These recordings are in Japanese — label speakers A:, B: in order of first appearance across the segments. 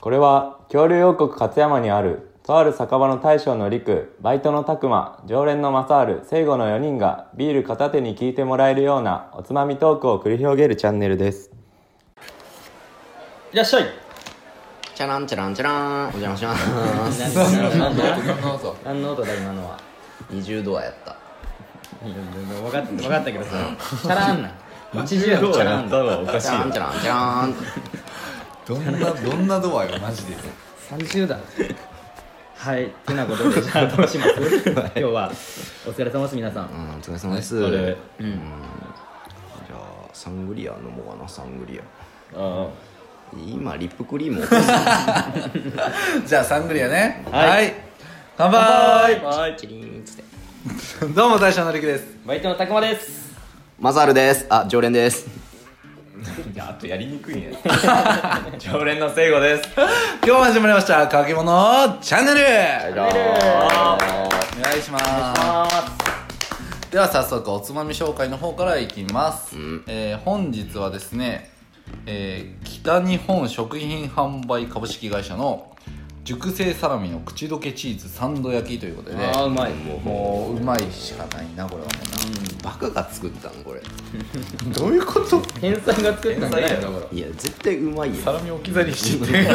A: これは恐竜王国勝山にあるとある酒場の大将の陸バイトの拓磨常連の正治聖護の4人がビール片手に聞いてもらえるようなおつまみトークを繰り広げるチャンネルです
B: いらっしゃい
C: チャランチャランチャランお邪魔します
B: 何の音だ今のは
C: 20度はやった
B: 分かった分かったけどさチャランな一時はチャランな
C: チャランチャランチャラン
D: どんなどんなドアよマジで
B: 30だ はいってなことでじゃあどうします今日はお疲れ様です皆さん
C: うんお疲れ様です
B: そ
C: じ
B: れ
C: ゃあサングリア飲もうかなサングリア
B: あ
C: 今リップクリームをは
D: じゃあサングリアね
B: はい
D: はい乾杯
B: はい
C: チリーンっつって
D: どうも大将のりくです
B: バイトのたくまです
C: マザールですあ常連です
A: あとやりにくいね常連の聖護です
D: 今日も始まりました「かきものチャンネル」お願いしま
B: あ
D: すでは早速おつまみ紹介の方からいきます、えー本日はですね、えー北日本食品販売株式会社の熟成サラミの口どけチーズサンド焼きということでね
B: あうまい
D: もううまいしかないなこれはも
C: バカが作ったのこれ
D: うなどういうこと
B: 天才が作ったんだよ
C: いや絶対うまいよ
D: ラミ置き去りしてて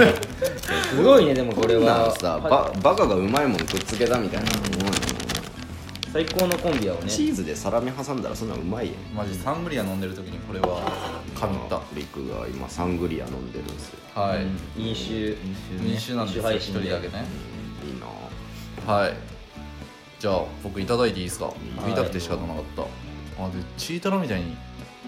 B: すごいねでもこれ
C: こんなの
B: は
C: さババカがうまいもんくっつけたみたいな思わない
B: 最高のコンビやをね
C: チーズでサラミ挟んだらそんなんうまいやん
D: マジサングリア飲んでる時にこれは神った
C: リクが今サングリア飲んでるんですよ
D: はい
B: 飲酒
D: 飲酒なんですよ
B: 飲
D: 一
B: 酒配信
D: 人
B: で
D: だけね
C: いいなぁ
D: はいじゃあ僕いただいていいですか食いたく
B: は
D: て仕方なかったあでチータラみたいに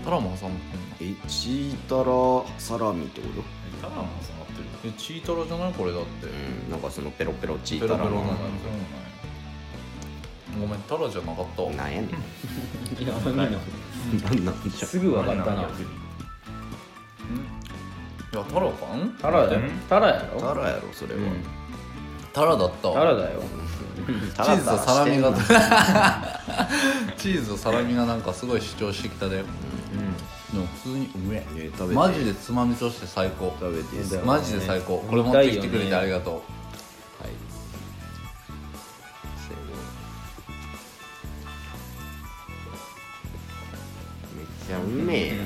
D: タラも挟まってんの
C: えチータラサラミってこと
D: タラも挟まってるえチータラじゃないこれだって
C: うんなんかそのペロペロチー
D: ペロペ
C: タ
D: ロ
C: ラ
D: な
C: の
D: のごめんタラじゃなかった
C: なんやねん
B: いやいいの
C: なんなんじゃ
B: すぐ分かったな
D: うんいやタラかん
B: タラだよタラや
C: タ
B: ろ
C: ラやろそれは、
D: タラだった
B: タラだよ
C: タ
D: チ
C: ラ
D: ーズとサラミが
C: タラ
D: チーズとサラミがなんかすごい主張してきたで、でも普通にうめ
C: してんのえー食べて
D: マジでつまみとして最高
C: 食べていいですか
D: マジで最高これ持ってきてくれてありがと
C: はいせーのめっちゃうめえやん
B: 美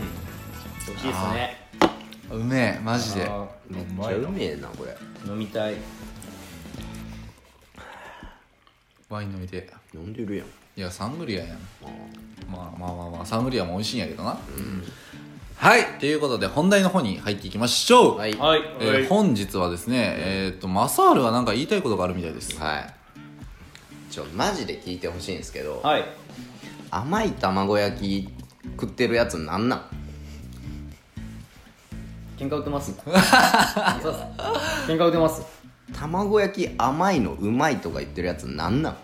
B: 味しいっすね
D: ううめえマジで
B: あ
C: めっちゃうめえなこれ
B: ー飲みたい
D: ワイン飲みてえ
C: 飲んでるやん
D: いやサングリアや
C: あ
D: んまあまあまあまあサングリアも美味しいんやけどな、はいということで本題の方に入っていきましょう、
C: はい
B: はい
D: えー本日はですね、えーっとマサールは何か言いたいことがあるみたいです
C: はいちょマジで聞いてほしいんですけど、
B: はい
C: 甘い卵焼き食ってるやつなんなん
B: 喧嘩売ってますそうっす喧嘩売ってます
C: 卵焼き甘いのうまいとか言ってるやつなんなん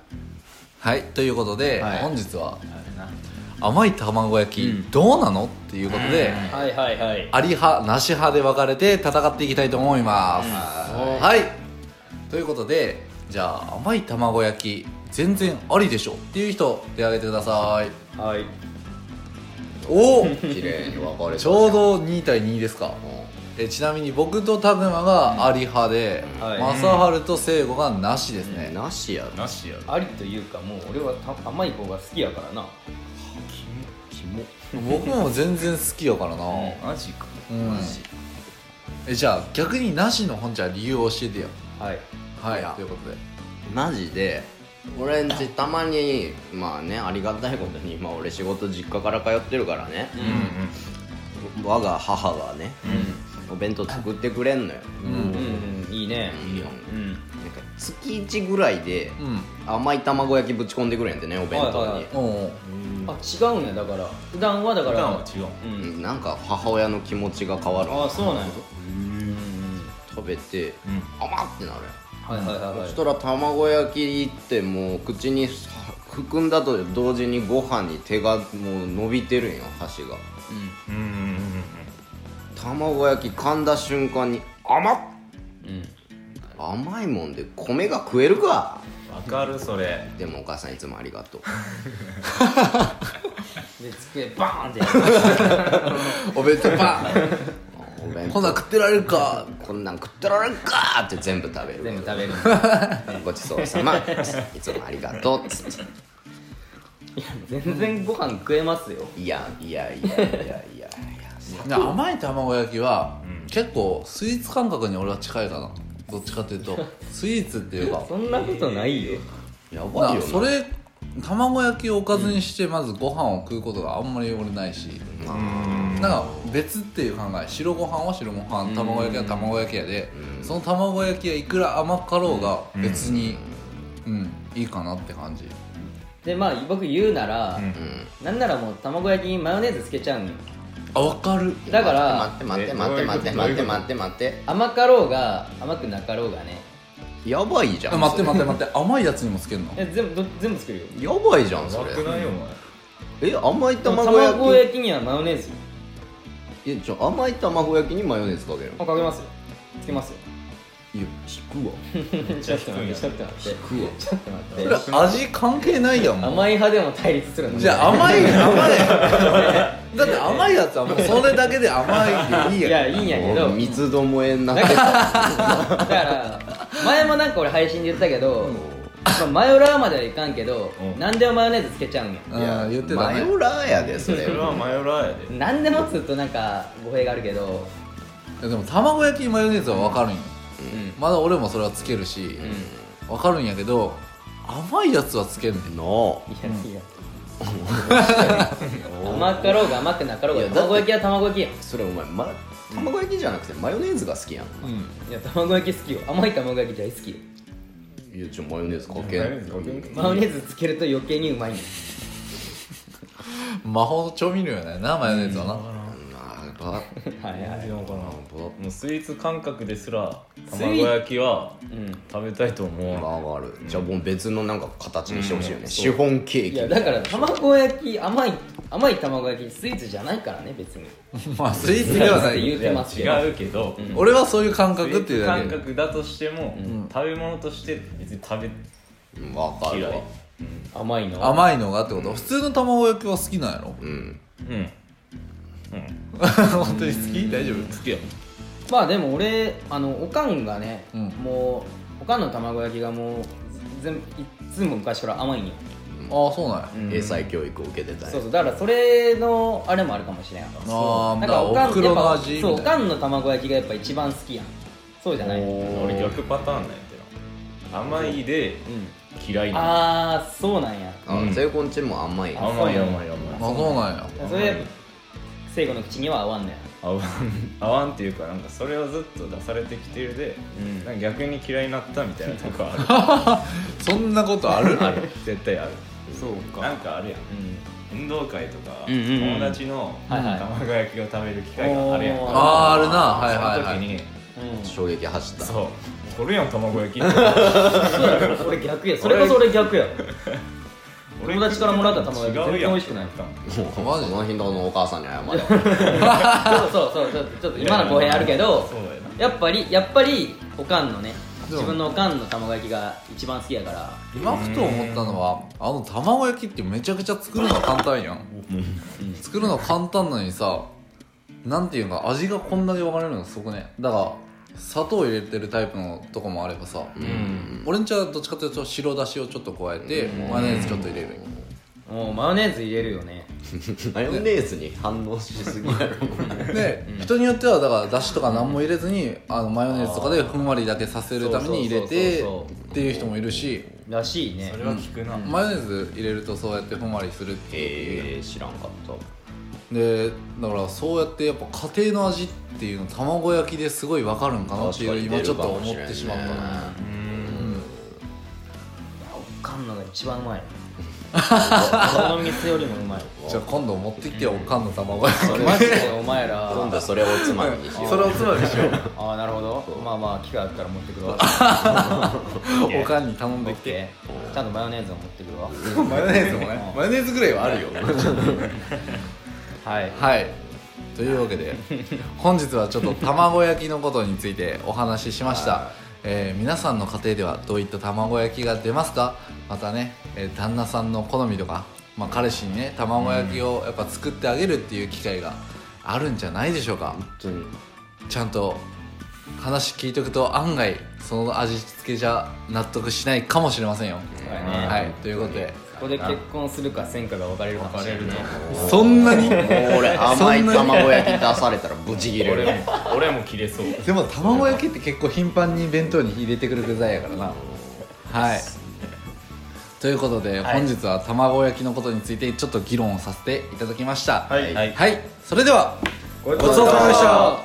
D: はいということで、
B: はい
D: 本日は甘い卵焼きどうなの、っていうことで、
B: はいはいはい
D: あり派なし派で分かれて戦っていきたいと思います、はいということでじゃあ甘い卵焼き全然ありでしょっていう人手挙げてください
B: はい
D: おお
C: 綺麗に分かれて
D: ちょうど2対2ですかえちなみに僕と田沼があり派で、
B: はい
D: 正春と聖護がなしですね、
C: なしやろ
D: なしや
B: ありというかもう俺はた甘い方が好きやからな
C: キモ
D: 僕も全然好きやからな、
B: マジか
D: うんえじゃあ逆になしの本ちゃん理由を教えてよ
B: はい
D: はい
C: いや
D: ということで
C: マジで俺んちたまにまあねありがたいことに今俺仕事実家から通ってるからね、我が母がね、お弁当作ってくれんのよ、
B: うんうんいいね
C: いいやん
B: うん
C: なんか月1ぐらいで
D: うん
C: 甘い卵焼きぶち込んでくれんってねお弁当に、
B: はいはいはい
D: おう
B: あ違うんやだから普段はだから
D: 違う
B: うん
C: うんなんか母親の気持ちが変わる
B: ああそうなんや
C: 食べて、甘ってなるやん
B: はいはいはい
C: そ
B: はい
C: したら卵焼きってもう口にさ含んだと同時にご飯に手がもう伸びてるんよ箸が卵焼き噛んだ瞬間に甘っ甘いもんで米が食えるか
A: わかるそれ
C: でもお母さんいつもありがとう
B: で机バーンってやる
D: お弁当パン
C: お弁
D: こんなん食ってられるか
C: こんなん食ってられんかーって全部食べる
B: 全部食べる
C: ごちそうさまいつもありがとうっつっ
B: 全然ご飯食えますよ
C: ていやいやいやいやいやいや
D: いや甘い卵焼きは、結構スイーツ感覚に俺は近いかなどっちかというとスイーツっていうか
B: そんなことないよ
C: やばいよ
D: な
C: な
D: それ卵焼きをおかずにしてまずご飯を食うことがあんまり俺ないし、なんか別っていう考え白ご飯は白ご飯卵焼きは卵焼きやで、その卵焼きがいくら甘かろうが別にうん、いいかなって感じ
B: でまあ僕言うなら、
C: うん
B: なんならもう卵焼きにマヨネーズつけちゃうんよ
D: あわかる
B: だから
C: 待って待って待って待って待って待って待っ
B: 甘かろうが甘くなかろうがね
C: てやばいじゃ
D: あ
C: ん
D: 待って
C: そ
D: 待って待って甘いやつにもつけるの
B: え全部ど全部作るよ
C: れやばいじゃんそれ
E: 甘くないよお前
C: え甘い
B: でも
C: 卵焼き
B: 卵焼きにはマヨネーズよ
C: いやちょ甘い卵焼きにマヨネーズかけるの
B: あかけますよつけますよ
C: いや引くわ
B: ちょっと待 ってちょっと待って
C: 引くわ
B: ちょっと待って
D: それ味関係ないやんもう
B: 甘い派でも対立するの
D: じゃあ甘い 甘いだって甘いやつはもうそれだけで甘いでいいやん
B: いやいいんやけど
C: もう三つどもえになって
B: だから前もなんか俺配信で言ったけど、まあ、マヨラーまではいかんけど、
E: うん
B: 何でもマヨネーズつけちゃうんよ
D: うん言ってた
C: マ
D: ね
C: ヨラーやで
E: そ
C: それ
E: れはマヨラーやで
B: 何でもっつうとなんか語弊があるけど
D: でも卵焼きにマヨネーズは分かるんよ
B: う
D: まだ俺もそれはつけるし
B: ん、うん、い
D: 分かるんやけど甘いやつはつけんねん
C: の
B: やいや 甘かろうが甘くなかろう
C: い
B: が
C: やだって
B: 卵焼きは卵焼きや
C: それお前、ま、卵焼きじゃなくてマヨネーズが好きやん
B: んいや卵焼き好きよ甘い卵焼き大好きよ
C: いやちょマヨネーズか
E: マ
C: け
E: ヨネー
C: ん
E: ズかけんか
B: マヨネーズつけると余計にうまいんよ
D: 魔法の調味料やないなマヨネーズはな
C: なんか
B: はいはい
E: なのかなもうスイーツ感覚ですら卵
B: イ
E: 焼きは
B: うん
E: 食べたいと思うわ
C: 曲がるじゃあもう別のなんか形にしてほしいよね、シフォンケーキ
B: いやだから卵焼き甘い甘い卵焼きスイーツじゃないからね別に
D: まあスイーツではな
B: スイーツ
D: い
B: 言うてますけど
E: 違うけど、
D: 俺はそういう感
E: スイ
D: 覚っ
E: ー
D: てい
E: ツ
D: うだ
E: 感
D: け
E: 覚だとしても、食べ物として別に食べ
C: うんわかるわ
E: 嫌い
B: 甘いの
D: 甘いのがってこと普通の卵焼きは好きなんやろ
C: うん
E: うん
D: 本当に好き大丈夫
E: 好きや
B: まあでも俺あのおかんがね、
D: うん
B: もうおかんの卵焼きがもう全部いっつも昔から甘いんよ、
D: ああそうなんや
C: 英才教育を受けてたんや
B: そうそうだからそれのあれもあるかもしれんや
D: あー
B: なん
D: まあ
B: かおか
D: お
B: ん
D: ふく
B: や
D: ろ
B: っ
D: の
B: ぱ
D: 味みたい
B: そ
D: うな
B: おかんの卵焼きがやっぱ一番好きやんそうじゃないうん
E: 俺逆パターンなんやけど甘いで嫌いなの
B: ああそうなんや
C: あ
E: うん
C: ゼイコンチも甘いね
E: 甘い甘い甘い
D: あそうなんや
B: それ聖子の口には合わんのや
E: 合わん合わんっていうかなんかそれをずっと出されてきてるで、なんか逆に嫌いになったみたいなとこある
D: そんなことある
E: ある絶対ある
B: そう
E: なんかあるやん運動会とか、
B: うんうんうん
E: 友達の
B: はいはい
E: 卵焼きを食べる機会があるやん、
B: おー
D: あああるなはいはいはい
E: その時に、
B: う
C: 衝撃走った
E: そう取るやん卵焼き
B: ん、俺逆やそれこそ俺 逆や
E: 俺
B: 友達からもらった卵焼き
E: 違うやん
B: 絶対美味しくない
C: もう
D: マジ
C: その日のお母さんに謝れ
B: そうそうそうちょっとちょっと今の語弊あるけど
E: そうやな
B: やっぱりやっぱりおかんのね
D: そう
B: 自分のおかんの卵焼きが一番好きやから
D: 今ふと思ったのはあの卵焼きってめちゃくちゃ作るのは簡単やん作るの簡単なのにさなんていうか味がこんだけ分かれるのがすごくねだから砂糖入れてるタイプのとこもあればさ、俺んちはどっちかというと白だしをちょっと加えて、マヨネーズちょっと入れる、
B: もうマヨネーズ入れるよね
C: マヨネーズに反応しすぎやろ
D: で、人によってはだからだしとか何も入れずにあのマヨネーズとかでふんわりだけさせるために入れて
B: そうそうそうそう
D: っていう人もいるし、
B: らしいね
E: それは聞くな、
D: マヨネーズ入れるとそうやってふんわりするっていう
C: えー、知らんかった
D: でだからそうやってやっぱ家庭の味っていうの卵焼きですごい分かるんかなっていう今ちょっと思ってしまったな
C: ね
B: おかんのが一番う まいこの店よりもうまい
D: じゃあ今度持ってきてよおかんの卵焼き
B: それマジでお前ら
C: 今度それをおつまみにしよ
D: それおつまみにしよう
B: ああなるほどまあまあ機会あったら持ってくるわ
D: おかんに頼んで
B: オッ
D: きて
B: ケーちゃんとマヨネーズを持ってくる わ
D: マヨネーズもねマヨネーズぐらいはあるよ
B: はい
D: はいというわけ で本日はちょっと卵焼きのことについてお話ししました、えー皆さんの家庭ではどういった卵焼きが出ますかまたね、えー旦那さんの好みとか、まあ、彼氏にね卵焼きをやっぱ作ってあげるっていう機会があるんじゃないでしょうか、
C: 本当に
D: ちゃんと話聞いておくと案外その味付けじゃ納得しないかもしれませんよ、はいということで
B: ここで結婚するか戦果が分かれるかもしれない、ね、
D: そんなに
C: もう俺
D: そ
C: 甘い
D: んなに
C: 卵焼き出されたらブチギレる
E: 俺も俺も切れそう
D: でも卵焼きって結構頻繁に弁当に入れてくる具材やからなはいということで本日は卵焼きのことについてちょっと議論をさせていただきました
E: はい
D: それでは
E: ごち
D: ごちそうさまでした